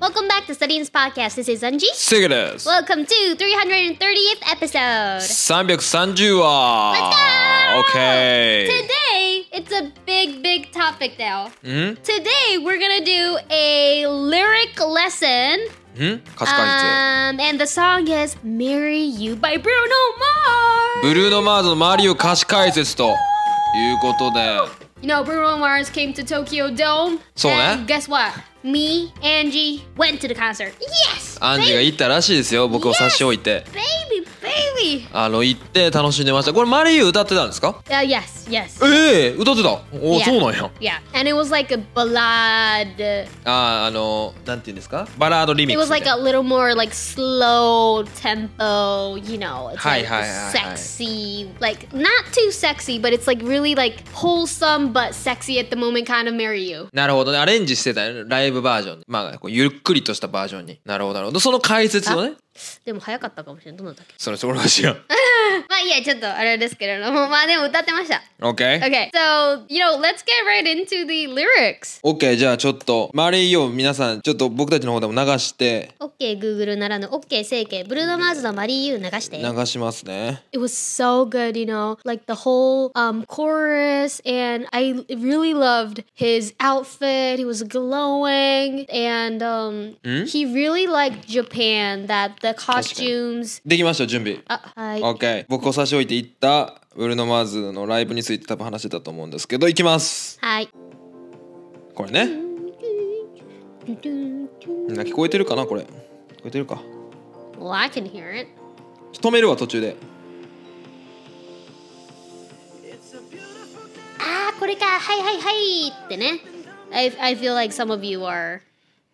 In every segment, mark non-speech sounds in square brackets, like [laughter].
Welcome back to Studying's Podcast. This is Anji. セグです。 Welcome to 330th episode. 330話 Let's go! !OK! Today, it's a big, big topic now. ん Today, we're gonna do a lyric lesson. ん歌詞解 Um, and the song is Marry You by Bruno Mars. 説。ブルーノ・マーズの周りを歌詞解説ということで、 You know, Bruno Mars came to Tokyo Dome. So, and eh? guess what? Me, Angie, went to the concert. Yes! アンジーが行ったらしいですよ、僕を差し置いて。 Baby, baby! あの、行って楽しんでました。これ、マリー歌ってたんですか Uh, yes, yes. ええ歌ってたおお、 Yeah. そうなんや。 Yeah. And it was like a ballad. uh, あー、あの、なんて言うんですかバラードリミ It ックス was みたい like な。 a little more like slow tempo, you know. It's Hi, like hi, hi, hi. sexy, like not too sexy, but it's like really like wholesome but sexy at the moment kind of marry you. なるほどね。アレンジしてたよねライブバージョンに。まあ、こうゆっくりとしたバージョンに。なるほど、なるほど。その解説をね。 [laughs] でも早かったかもしれない。どうなんだっけ？ [laughs] その人、俺は知らん。 [laughs] まあいいや、ちょっとあれですけれども、まあでも歌ってました。 OK? Okay, so you know, let's get right into the lyrics. OK じゃあちょっと周りを皆さんちょっと僕たちの方でも流して OK Google ならぬ OK 整形ブルーノマーズのマリーユ流して。流しますね It was so good, you know, like the whole um, chorus, and I really loved his outfit. He was glowing, and um, Hmm? he really liked Japan. That the costumes. できました準備 Uh, I, OK 僕を差し置いて行ったブルーノ・マーズのライブについて多分話してたと思うんですけど行きますはい。これねみんな聞こえてるかなこれ聞こえてるか Well, I can hear it. 止めるわ途中であー Ah, これかはいはいはいってね。I I feel like some of you are.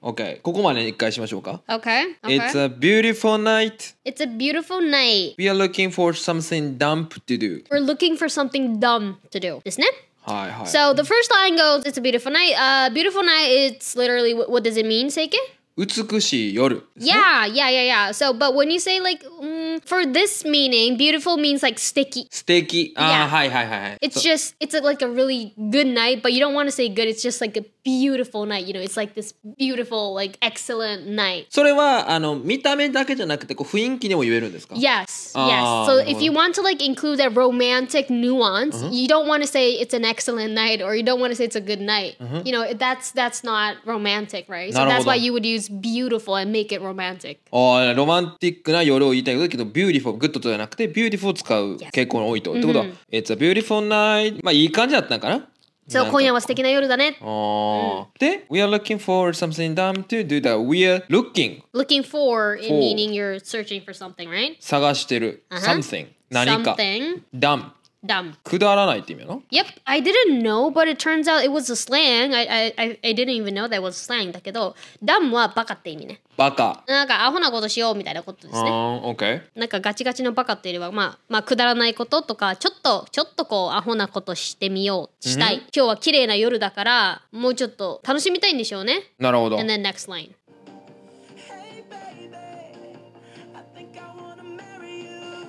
OK ここまで一回しましょうか Okay. It's a beautiful night It's a beautiful night. We are looking for something dumb to do We're looking for something dumb to do. ですね。はいはい So the first line goes, "It's a beautiful night." Uh, beautiful night. It's literally what, what does it mean, Seike? 美しい夜 Yeah, yeah, yeah, yeah. So, but when you say like mm, for this meaning, beautiful means like sticky. 素敵ああ Yeah. はいはいはいはい It's just it's a, like a really good night, but you don't want to say good. It's just like a beautiful night. You know, it's like this beautiful, like excellent night. それはあの見た目だけじゃなくてこう雰囲気にも言えるんですか Yes, Ah, yes. So I if you wanna- want to like include that romantic nuance, you don't want to say it's an excellent night or you don't want to say it's a good night. You know, that's that's not romantic, right? So that's なるほど。 why you would use beautiful and make it romantic. ああロマンティックな夜を言いたいけどけどビューティフルグッドとじゃなくてビューティフルを使う Yes. 傾向が多いと、ってことは「It's a beautiful night」まあいい感じだったんかなそなう、んか今夜は素敵な夜だね。あーで「We are looking for something dumb to do that we are looking Looking for, in For. meaning you're searching for something, right?」探してる「 Uh-huh. something」何か Something 「dumb」 dumb. くだらないって意味やな Yep, I didn't know, but it turns out it was a slang. I, I, I- I didn't even know that was slang だけど、dumb はバカって意味ね。バカなんかアホなことしようみたいなことであすね。ー OK なんかガチガチのバカっていうよりは、まあ、まあ、くだらないこととか、ちょっと、ちょっとこう、アホなことしてみよう、したい。今日は綺麗な夜だから、もうちょっと楽しみたいんでしょうね。なるほど And then next line. Hey baby, I think I wanna marry you.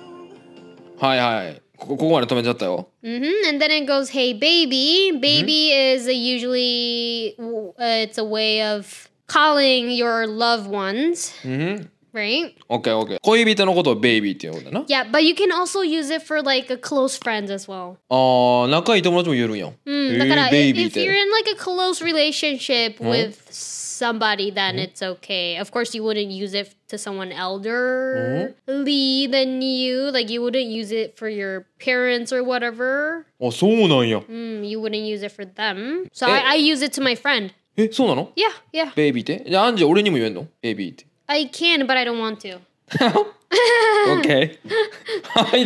はいはいここここまで止めちゃったよ Mm-hmm. And then it goes, "Hey, baby." Baby is a usually uh, it's a way of calling your loved ones, うん right? OKOK 恋人のことをベイビーって呼ぶんだな Yeah, but you can also use it for like a close friend as well. あー仲いい友達も言えるんやん、 Mm, えーだから i- ベイビーっ if you're て in like a close relationship with somebody, then Hmm? it's okay. Of course, you wouldn't use it to someone elderly than you. Like you wouldn't use it for your parents or whatever. あそうなんや Mm, you wouldn't use it for them. So Eh. I, I use it to my friend. えそうなの Yeah, yeah. ベイビーってじゃあアンジェ俺にも言えんのベイビーって I can, but I don't want to. [laughs] OK I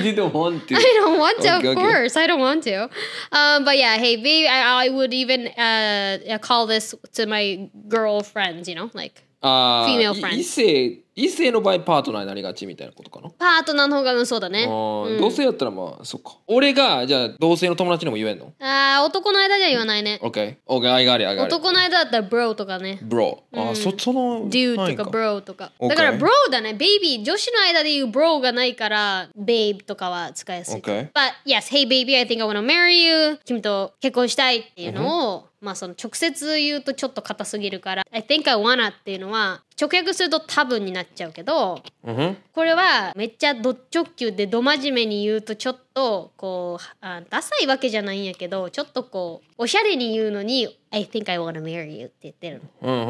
didn't want to I don't want to, Okay, of okay. course. I don't want to. Um, but yeah, hey, baby, I, I would even uh, uh, call this to my girlfriends, you know, like. あー Female friend い異性異性の場合パートナーになりがちみたいなことかなパートナーの方がうんそうだね。あー、うん同性やったらまあそっか俺がじゃあ同性の友達にも言えんのあー男の間じゃ言わないね。 OKOK、OK I got it I got it 男の間だったら bro とかね。 bro あーそその dude 範囲とか bro とか。 Okay だから bro だね。baby 女子の間で言う bro がないから babe とかは使いやすい。 Okay But yes, hey baby, I think I wanna marry you. 君と結婚したいっていうのをまあその直接言うとちょっと硬すぎるから「I think I wanna」っていうのは直訳すると多分になっちゃうけどうんふんこれはめっちゃど直球でど真面目に言うとちょっとこうあダサいわけじゃないんやけどちょっとこうおしゃれに言うのに「I think I wanna marry you」って言ってるうんうんうんう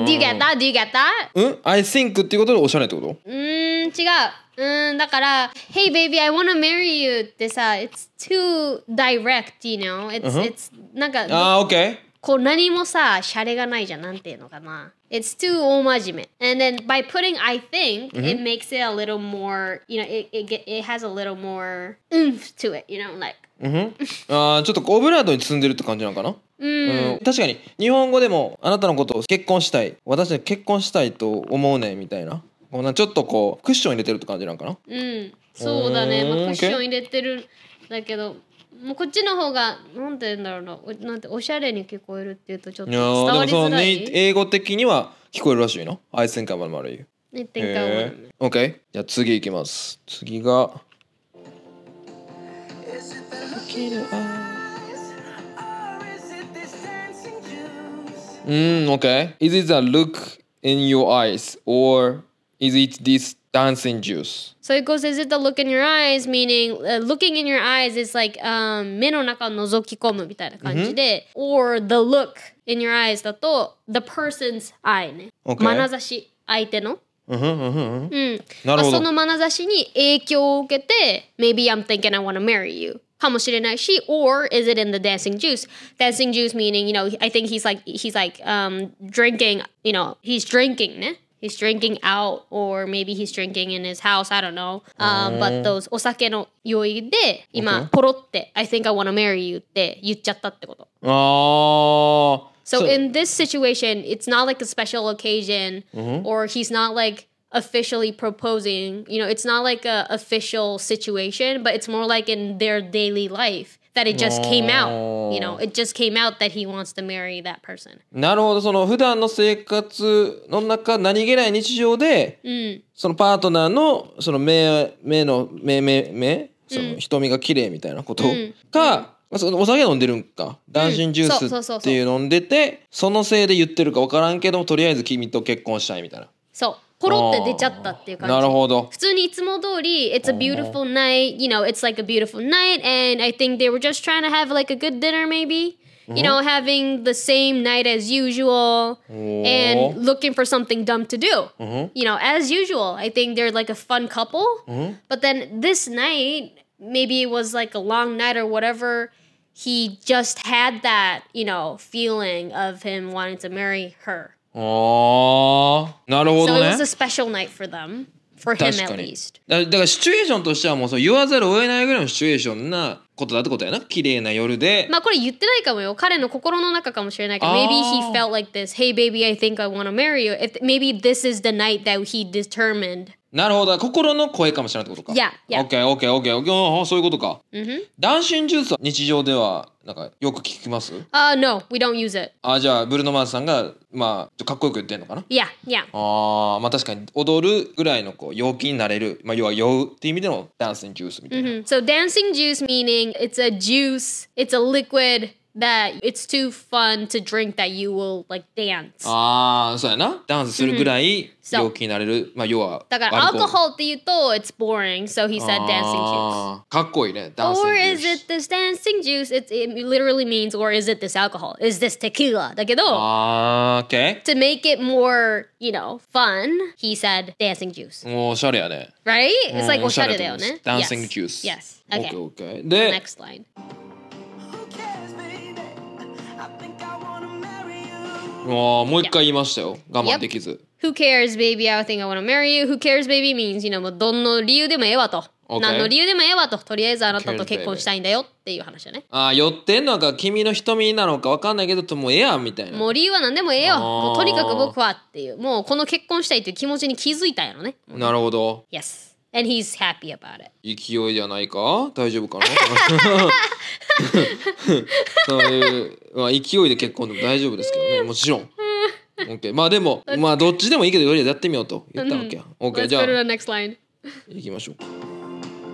の。ん Do you get that? Do you get that? うん ?I think っていうことでおしゃれってことうーん違ううーんだから「Hey baby I wanna marry you」ってさ It's too direct you know It's,、it's なんかああ、OK。こう何もさシャレがないじゃんなんていうのかな It's too 大真面目 And then by putting I think、it makes it a little more you know it, it, get- it has a little more oomph to it you know like うんふんあーちょっとオブラートに包んでるって感じなのかなううんん、確かに日本語でもあなたのことを結婚したい私は結婚したいと思うねみたいなこうなちょっとこうクッション入れてるって感じなんかなうん、そうだね、うーんまあ、ク OK ッション入れてるんだけどもうこっちの方がなんて言うんだろうなおなんておしゃれに聞こえるっていうとちょっとい伝やーでわもりそづのらねい英語的には聞こえるらしいな「I think I'm a you ね」てんかへー OK じゃあ次いきます次が Is it the look eyes, or is it this dancing juice? うん OK Is it a look in your eyes or is it this dancing juice? So it goes, is it the look in your eyes? Meaning,、uh, looking in your eyes is like、um, 目の中を覗き込むみたいな感じで、or the look in your eyes だと the person's eye ね。 OK 眼差し、相手の。うんふんうんふんうんうん。なるほどまあその眼差しに影響を受けて、maybe I'm thinking I wanna marry you かもしれないし、or is it in the dancing juice? Dancing juice meaning, you know, I think he's like, he's like, um, drinking, you know, he's drinking ね。He's drinking out, or maybe he's drinking in his house, I don't know. Um, but those お酒の酔いで、今、ポロって、I think I wanna marry you って言っちゃったってこと。ああ So in this situation, it's not like a special occasion or he's not like officially proposing. You know, it's not like a official situation, but it's more like in their daily life that it just came out. You know, it just came out that he wants to marry that person. なるほどその普段の生活の中何気ない日常で、そのパートナーのその目目の目目目その瞳が綺麗みたいなことか、まあそのお酒飲んでるんかダンシンジュそうそうースそうっていう飲んでてそのせいで言ってるか分からんけどもとりあえず君と結婚したいみたいな。そう、ポロって出ちゃったっていう感じ。なるほど普。通にいつも通り、It's a beautiful night, you know, it's like a beautiful night, and I think they were just trying to have like a good dinner, maybe. You know, having the same night as usual and looking for something dumb to do. You know, as usual. I think they're like a fun couple. But then this night, maybe it was like a long night or whatever. He just had that, you know, feeling of him wanting to marry her. ああなるほ So ど it ね was。a special night for them, for him 確か at に least. だだからシチュエーションとしてはもうそう言わざるを得ないぐらいのシチュエーションなことだってことやな綺麗な夜で、まあこれ言ってないかもよ。彼の心の中かもしれないけど、あー maybe he felt like this. Hey baby, I think I want to marry you. If, maybe this is the night that he determined. なるほど心の声かもしれないってことかいやいやオッケーオッケーオッケーオッケーああそういうことか、 Mhm. ダンシンジュースは日常ではなんかよく聞きます Uh, no, we don't use it. あじゃあブルーノ・マーズさんがまあかっこよく言ってんのかな Yeah, yeah. あーまあ確かに踊るぐらいのこう陽気になれる、まあ、要は酔うっていう意味でのダンシンジュースみたいな、 Mhm. So dancing juice meaning it's a juice, it's a liquid that it's too fun to drink that you will like dance. Ah, ああそうやなダンスするぐらい陽気になれる、まあ要はだからアアルルココールホールって言うと it's boring, so he said dancing juice. あーかっこいいねダンシン Or ジュ is ース it this dancing juice? It's, it literally means, or is it this alcohol? Is this tequila? だけど、Ah. あーオッケ to make it more, you know, fun, he said dancing juice. ーもうおしゃれやね Right? It's like うん、おしゃれだよね。Mm, eh? dancing Yes. juice Yes. オ Okay. ッケーオッケーで Next line. Who cares, baby? I think I wanna marry you. もうもう一回言いましたよ我慢できず、 Who cares, baby? I think I want to marry you. Who cares, baby? means, you know, もうどの理由でもええわと。 Okay. 何の理由でもええわと。とりあえずあなたと結婚したいんだよっていう話だね。あー寄ってんのか君の瞳なのか分かんないけどともうええやんみたいなもう理由は何でもええよ。あーもうとにかく僕はっていう。もうこの結婚したいという気持ちに気づいたんやろね。なるほど Yes. And he's happy about it. 勢いじゃないか大丈 [laughs] 夫かな [laughs] そういう、まあ、勢いで結婚でも大丈夫ですけどねもち [laughs] ろん OK まあでもまあどっちでもいいけどとりあえずやってみようと言ったわけや OK Let's じゃ go あ to the next line. 行きましょうか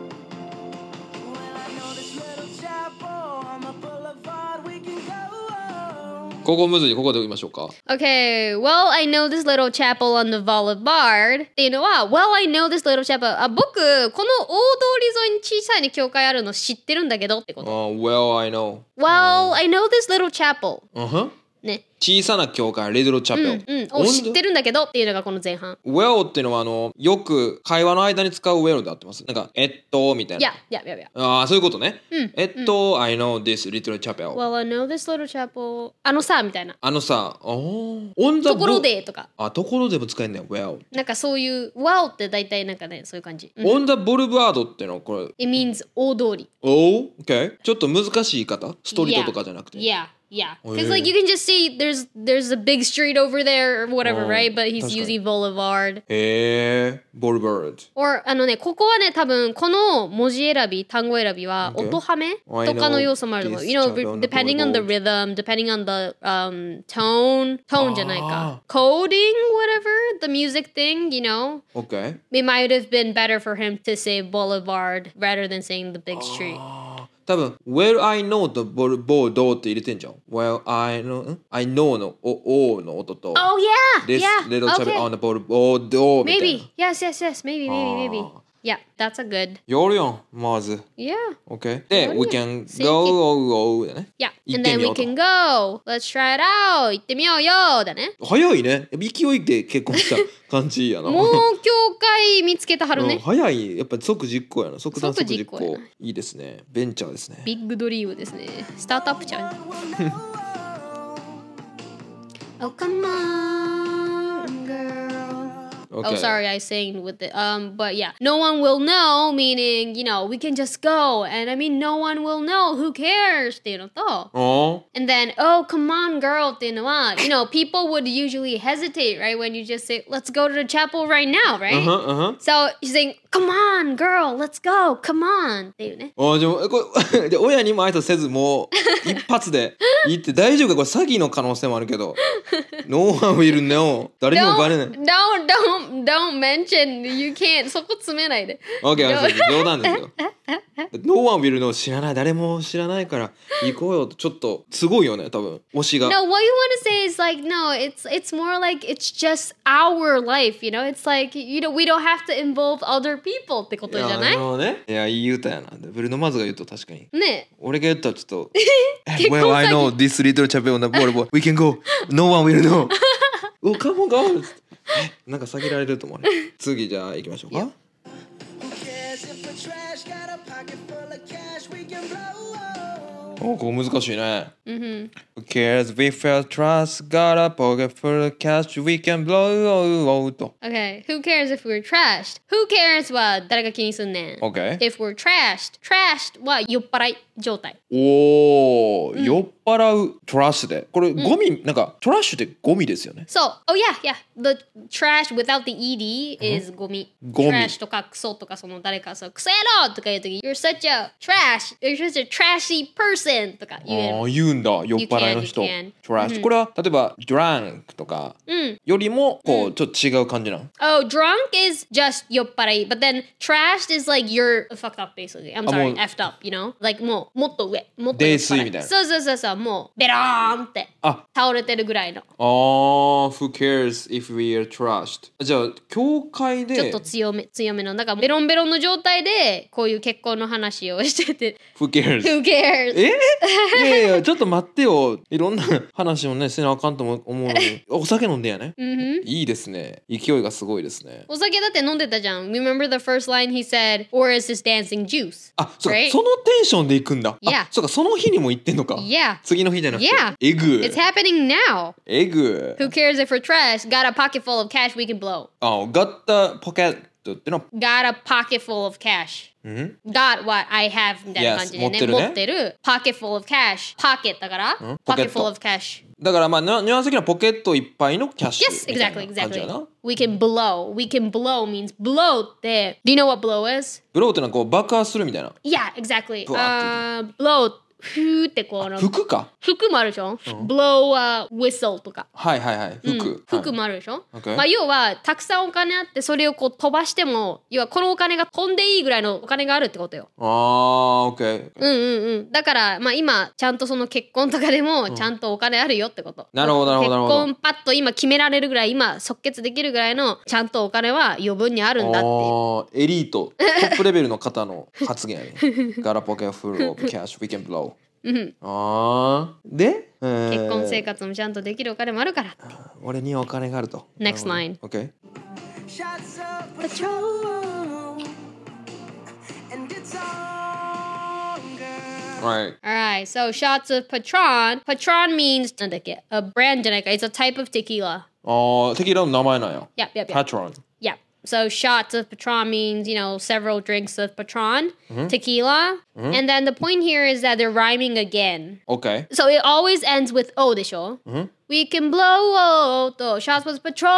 Well, I know this little chapel on the boulevard we can go. ここむずいここで言いましょうか Okay, well, I know this little chapel on the boulevard. っていうのは、Well, I know this little chapel. あ、僕、この大通り沿いに小さい、ね、教会あるの知ってるんだけどってこあと。ー Well I know、 Well, I know this little chapel. うんふんね。小さな教会レドロチャうペん、うん。ル、を知ってるんだけどっていうのがこの前半。 Well っていうのはあのよく会話の間に使う Well で合ってますなんかえっとみたいいやな、いやいやいや。ああそういうことね、うんえっと、I know this little chapel、 Well, I know this little chapel. あのさ、みたいな。あのさおー on the ところでとか。あところでも使えんねん Well、なんかそういう、Wow って大体なんかね、そういう感じ。うん on the boulevard っていうのはこれ It means 大通り。お OK ちょっと難しい言い方ストリートとかじゃなくて Yeah, yeah. Because へえ。 like you can just see there's there's a big street over there or whatever, うん right? But he's 確かに using boulevard. へえボルバード Or あのね、ここはね、多分この文字選び、単語選びは Okay. Oh, 音はめ I とかの要素もあると思う。 know You know, this chapter on the depending on the rhythm, depending on the um tone, tone じゃない Ah。か。Coding, whatever, the music thing, you know. OK It might have been better for him to say boulevard rather than saying the big street. Ah。多分 Well I know とボルボードって入れてんじゃん Well I know ん I know のお O の音と Oh yeah, This yeah. little chapel okay. on the boulevard みたいな Maybe. Yes, yes, yes. Maybe, maybe, maybe. Ah. Yeah, that's a good. やるやんまず Yeah. OK でやる We can 正 go 解 o だね Yeah. 行 And って then みよ we うと can go. Let's try it out. 行ってみようよだね。早いね勢いで結婚した感じやなもう教会見つけたはるうんね。早いやっぱり即実行やな即断即即実実行行やないいですねベンチャーですねビッグドリームですね。スタートアップちゃん。Oh, come on, girl. OK Oh, sorry, I sang with it. Um, but yeah, no one will know, meaning, you know, we can just go. And I mean, no one will know. Who cares? っていうのと。あ And then, oh, come on, girl, っていうのは you know, people would usually hesitate, right? When you just say, let's go to the chapel right now, あうん right? ふんうんふん So you're saying, come on, girl, let's go, come on っていうね。あーでもえこれ [laughs] で親にも挨拶せずもう一発で言って大丈夫かこれ詐欺の可能性もあるけ [laughs] ど No one will know 誰にもバレない Don't, don't, don't, don't mention, you can't, そこ詰めないで。 OK 冗談ですよ No one will know 知らない誰も知らないから行こうよとちょっとすごいよね多分推しが No, what you want to say is like, no, it's, it's more like, it's just our life, you know? It's like, you know, we don't have to involve other people ってことじゃないやーねいやいい歌やなでブルーノ・マーズが言うと確かにね俺が言ったらちょっと結婚詐 Well I 欺 know this little chapel on the ball ball we can go no one will [laughs] know おかもかもなんか下げられると思うね次じゃあ行きましょうかおここ難しいね Who cares if your trust got a pocket full of cash we can blow out Okay, who cares if we're trashed? Who cares は誰が気にすんねん。 OK If we're trashed, trashed は酔っ払い状態。おー、酔っ払うトラッシュでこれゴミ、なんかトラッシュってゴミですよね So, oh yeah, yeah. The trash without the ed is ゴミ。ゴミ trash とかクソとかその誰かさ、クソ野郎とか言うとき、You're such a trash, you're such a trashy person とか言あえある。言うんだ酔っ払いの人 You can, you can. トラッシュこれは例えば drunk とかうん。よりもこうちょっと違う感じなの Oh, drunk is just 酔っ払い。But then trashed is like you're fucked up basically. I'm あ sorry, もう effed up, you know? Like もう、もっと上。もっと酔っ払泥酔みたいなそうそうそうそう、もう、ベローンってあ倒れてるぐらいの。あー Who cares if we are trashed じゃあ教会ちょっでと強め、強めの。なんかベロンベロンの状態で、こういう結婚の話 [laughs] をしてて、 Who cares Who cares? [laughs] えいやい [laughs] やちょっと待ってよいろんな話もねせなあかんとも思う [laughs] のにお酒飲んでやねうんふんいいですね勢いがすごいですねお酒だって飲んでたじゃん。Remember the first line he said, or is this dancing juice? あそうか Right? そのテンションで行くんだ Yeah. あそうかその日にも行ってんのか Yeah. 次の日じゃなくて Yeah. えぐ It's happening now. えぐ Who cares if we're trash? Got a pocket full of cash we can blow. あガッタポケットってのは got a pocket full of cash. Got what I have みたいな Yes 感じでね。持ってるね持ってる。pocket full of cash. pocket だから。ん pocket ポケット full of cash. だからまあニュニュアンス的にはポケットいっぱいのキャッシ Yes, ュみた exactly, いな感じや exactly. な。 We can blow. We can blow means blow って。Do you know what blow is? ブローってのはこう爆破するみたいな。 Yeah, exactly. ブワーって Uh, blow ふーってこうなんか服か服もあるでしょ、うん blow a whistle とか、はいはいはいうん服、服はいもあるでしょ、 OK まあ、要はたくさんお金あってそれをこう飛ばしても要はこのお金が飛んでいいぐらいのお金があるってことよああオッケーうんうんうんだからまあ今ちゃんとその結婚とかでもちゃんとお金あるよってこと、なるほどなるほどなるほど結婚パッと今決められるぐらい今即決できるぐらいのちゃんとお金は余分にあるんだっていうあーエリートトップレベルの方の発言や [laughs] ねガラポケフルオブキャッシュウィケンブロうんーあーで、えー結婚生活もちゃんとできるお金もあるからっていう俺にはお金があると Next line OK Shots of patrol. And it's on, girl. right Alright, so shots of Patron. Patron means なんだっけ A brand じゃないか。It's a type of tequila. あーテキーラの名前なんや Yep, yep, パ yep. トロン Yep. So shots of Patron means, you know, several drinks of Patron, tequila. And then the point here is that they're rhyming again. OK So it always ends with O でしょ、?We can blow O と shots with Patron.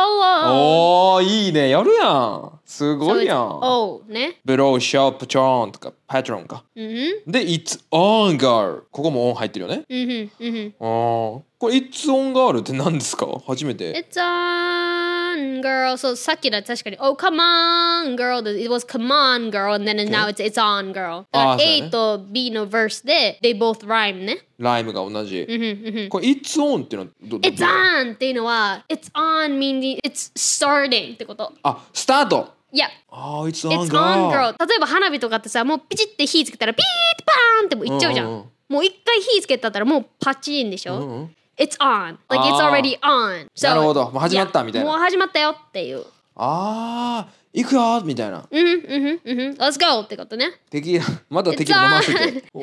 おーいいねやるやんす So ご it's oh, いやん O ね。ブローショーパトロンとかパトロンかうんうんで It's on girl ここもオン入ってるよねうんうんうんうん。あーこれ It's on girl って何ですか初めて It's on, girl. So さっきだ確かに Oh come on, girl. It was come on, girl. And then now it's it's on, girl. あーだから A そうだねと B の verse で they both rhyme ね。ライムが同じ、うんうんうんうんこれ It's on っていうのはどど It's on っていうのは It's on meaning it's starting ってこと。あスタート Yeah, ああ It's on it's girl, on, girl. 例えば花火とかってさもうピチって火つけたらピーってパーンってもういっちゃうじゃん。うんうんうんもう一回火つけたったらもうパチンでしょ。うんうん It's on. Like it's あー already on. So- なるほどもう始まった Yeah みたいなもう始まったよっていう。ああ行くよーみたいなうんうんうんうん。Let's go! ってことね。テキーラ [laughs] まだテキーラ飲ませて [laughs] お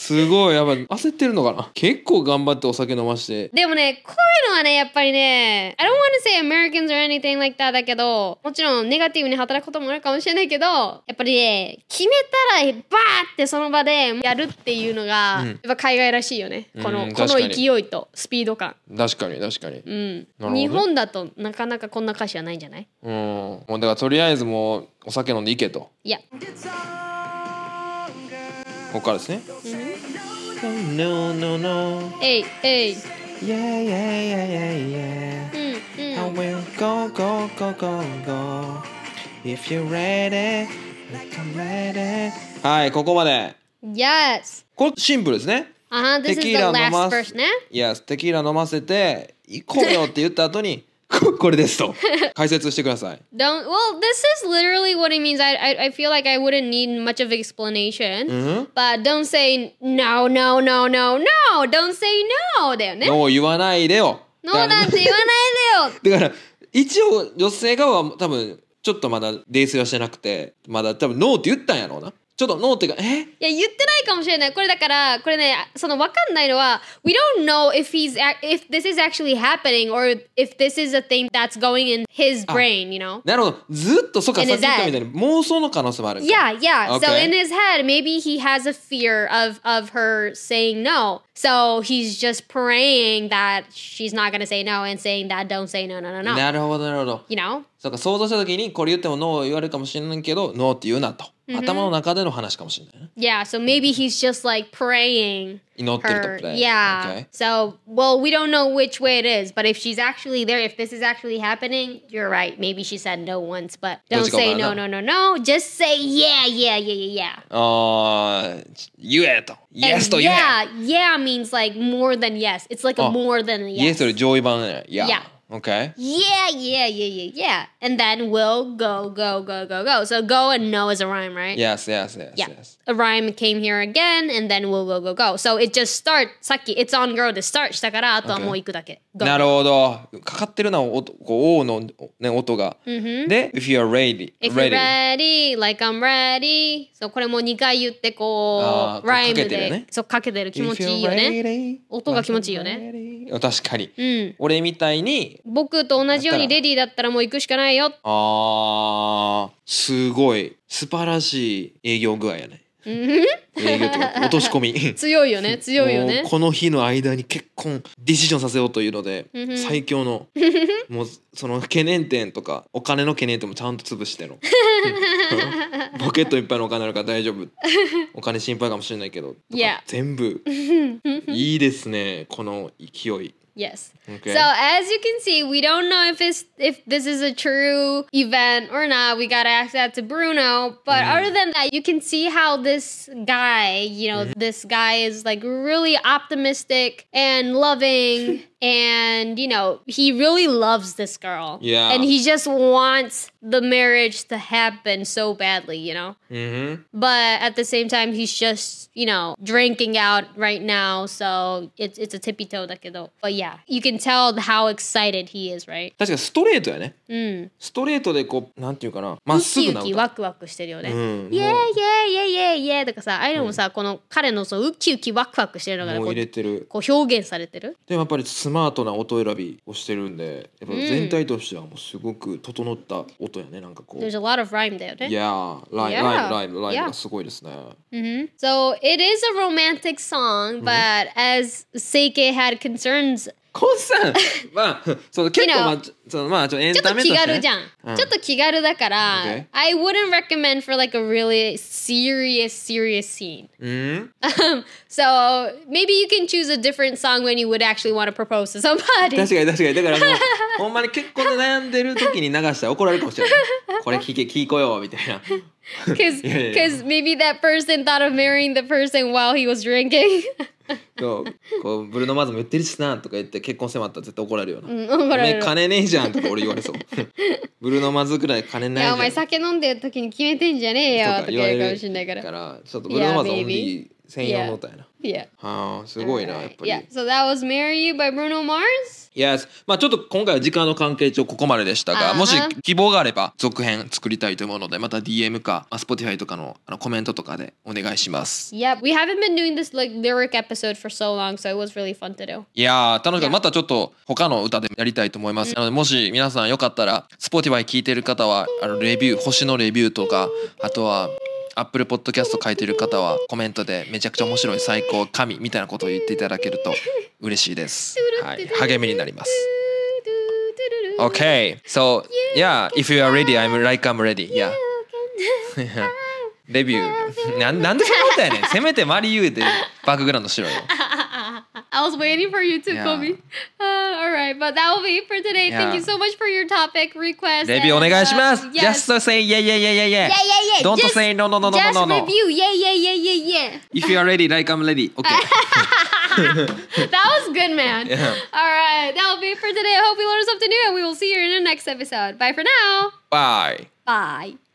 すごいやっぱ焦ってるのかな結構頑張ってお酒飲ましてでもね、こういうのはね、やっぱりね、I don't want to say Americans or anything like that だけど、もちろんネガティブに働くこともあるかもしれないけど、やっぱりね、決めたらバーってその場でやるっていうのが、やっぱ海外らしいよね。この、うんこの確かに勢いとスピード感。確かに確かにうん。ほどね日本だとなかなかこんな歌詞はないんじゃないうんもうだからとりあえずもうお酒飲んでいけといや。 And it's on, girl. ここからですね Say no, no. No no no えい、えい。 Yeah yeah yeah yeah う yeah ん、 I うん。 will go go go go go If you're ready Like I'm ready はいここまで Yes! これシンプルですねあは、this is テ the キーラ飲 last ま verse すね。いやテキーラ飲ませて行こうよって言った後にここれですと解説してください Don't. Well, this is literally what it means. I, I, I feel like I wouldn't need much of explanation. うん But don't say no, no, no, no, no. Don't say no だよね。ノー言わないでよ No なんて言わないで [laughs] よ。だから一応女性側は多分ちょっとまだ泥酔はしてなくてまだ多分ノーって言ったんやろうなちょっとノーっていうかえいや言ってないかもしれない。これだからこれねそのわかんないのは We don't know if he's ac- if this is actually happening or if this is a thing that's going in his brain. You know. なるほどずっとそっか In his さっき言ったみたいに妄想の可能性もあるんか Yeah, yeah. So Okay. in his head, maybe he has a fear of of her saying no. So he's just praying that she's not gonna say no and saying that don't say no, no, no, no. なるほどなるほど you know? そうか想像した時にこれ言ってもノー言われるかもしれないけどノーって言うなと、頭の中での話かもしれないね Yeah. So maybe he's just like praying. 祈ってると Her, プレイ yeah. So, well, we don't know which way it is, but if she's actually there, if this is actually happening, you're right. Maybe she said no once, but don't Let's go say by no, now. no, no, no. Just say yeah, yeah, yeah, yeah, yeah. ああ言えと And Yes と言え yeah, yeah means like more than yes. It's like a Oh. more than a yes. Yes より上位版ね Yeah Yeah OK Yeah, yeah, yeah, yeah, yeah. And then we'll go, go, go, go, go. So go and no is a rhyme, right? Yes yes yes Yeah. yes A rhyme came here again, and then we'll go, go, go. So it just start, さっき it's on girl で start したから、あとはもう行くだけ。Go. なるほどかかってるな音こう O の、ね、音が、で If you're ready If you're ready ready, like I'm ready. そう、これも2回言ってこあう、ーライムかけてるよでね、そう、かけてる気 If 持ちいいよ you're ね。 ready, 音が気持ちいいよね like I'm ready 確かに、うん。俺みたいに僕と同じようにレディーだったらもう行くしかないよ。あーすごい素晴らしい営業具合やねうん営業とか落とし込み強いよね強いよねもうこの日の間に結婚ディシジョンさせようというので、うんうん最強 [laughs] のもうその懸念点とかお金の懸念点もちゃんと [laughs] 潰してのポケットいっぱいのお金あるから大丈夫お金心配かもしれないけどとか Yeah. [laughs] 全部いいですねこの勢い。 yes Okay. So as you can see, we don't know if it's if this is a true event or not. We gotta ask that to Bruno. But Mm. other than that, you can see how this guy, you know, Mm-hmm. this guy is like really optimistic and [laughs] loving, and you know, he really loves this girl. Yeah. and he just wants the marriage to happen so badly, you know. うん But at the same time, he's just you know drinking out right now, so it's it's a tippy toe だけど But yeah, you can tell how excited he is, right? 確かストレートやねうん。ストレートでこうなんていうかなまっウすキぐウなキ歌ワクワクしてるよね。うんイエーイイエもーイイエーイイエーイとかさ、ああいうのもさ、この彼のそうウキウキワクワクしてるのがねもうこ入れうてるこう表現されてる。でもやっぱりスマートな音選びをしてるんでやっぱ全体としてはもうすごく整った音やねなんかこう There's a lot of rhyme だよね。 Yeah, live, Yeah. live, live, live Yeah. がすごいですね。 Mhm. So it is a romantic song, but as Seike had concerns コンさん、まあ、その結構 You know まあ、ちょそのまあちょっとエンちょタっとメとし気てね、軽じゃん。うんちょっと気軽だから、Ah. Okay. I wouldn't recommend for like a really serious, serious scene. うん。 So maybe you can choose a different song when you would actually want to propose to somebody. [laughs] 確かに確かにだからもうほんまに結婚で悩んでる時に流したら怒られるかもしれない。これ聞け聞こようみたいな。 Because [laughs] Yeah, yeah, yeah. maybe that person thought of marrying the person while he was drinking. [laughs] そうこうブルーノマーズも言ってるしなとか言って結婚迫ったら絶対怒られるよな。うん怒られるお前金ねえじゃんとか俺言われそう。ブルーノマーズくらい金いないじゃや、ん。お前酒飲んでる時に決めてんじゃねえよとか言うかもしれないか。だかららちょっとブルーノマーズオンリー専用 Yeah. の歌やな。 Yeah. はあすごいなやっぱり。 Yeah. So that was Marry You by Bruno Mars? Yes. まあちょっと今回は時間の関係上ここまででしたが、あーもし希望があれば続編作りたいと思うので、また DM か、まあ、Spotify とかのあのコメントとかでお願いします。 Yep. We haven't been doing this like lyric episode for so long, so it was really fun to do. いやー楽しかった。 Yeah. またちょっと他の歌でやりたいと思います。なのでもし皆さんよかったら Spotify 聞いてる方はあのレビュー星のレビューとかあとは Apple Podcast 書いてる方はコメントでめちゃくちゃ面白い最高神みたいなことを言っていただけると嬉しいです。はい、励みになります。Okay, so yeah, if you are ready, I'm like I'm ready. Yeah. [laughs] レビュー。なんなんでそんなことやねん。せめてマリユーでバックグラウンドしろよ。 [laughs] I was waiting for you too, Yeah. Kobe. [laughs] Uh, all right, but that will be it for today. Thank Yeah. you so much for your topic request. レビューお and, 願いします uh,。yes. Just say yeah yeah yeah yeah yeah. yeah, yeah, yeah. Don't just, say no no no no just no no. review. Yeah, yeah, yeah, yeah, [laughs] If you are ready, like I'm ready. [laughs] Okay. yeah. that was good, man. Yeah. All right, that will be it for today. I hope you learned something new, and we will see you in the next episode. Bye for now. Bye. Bye.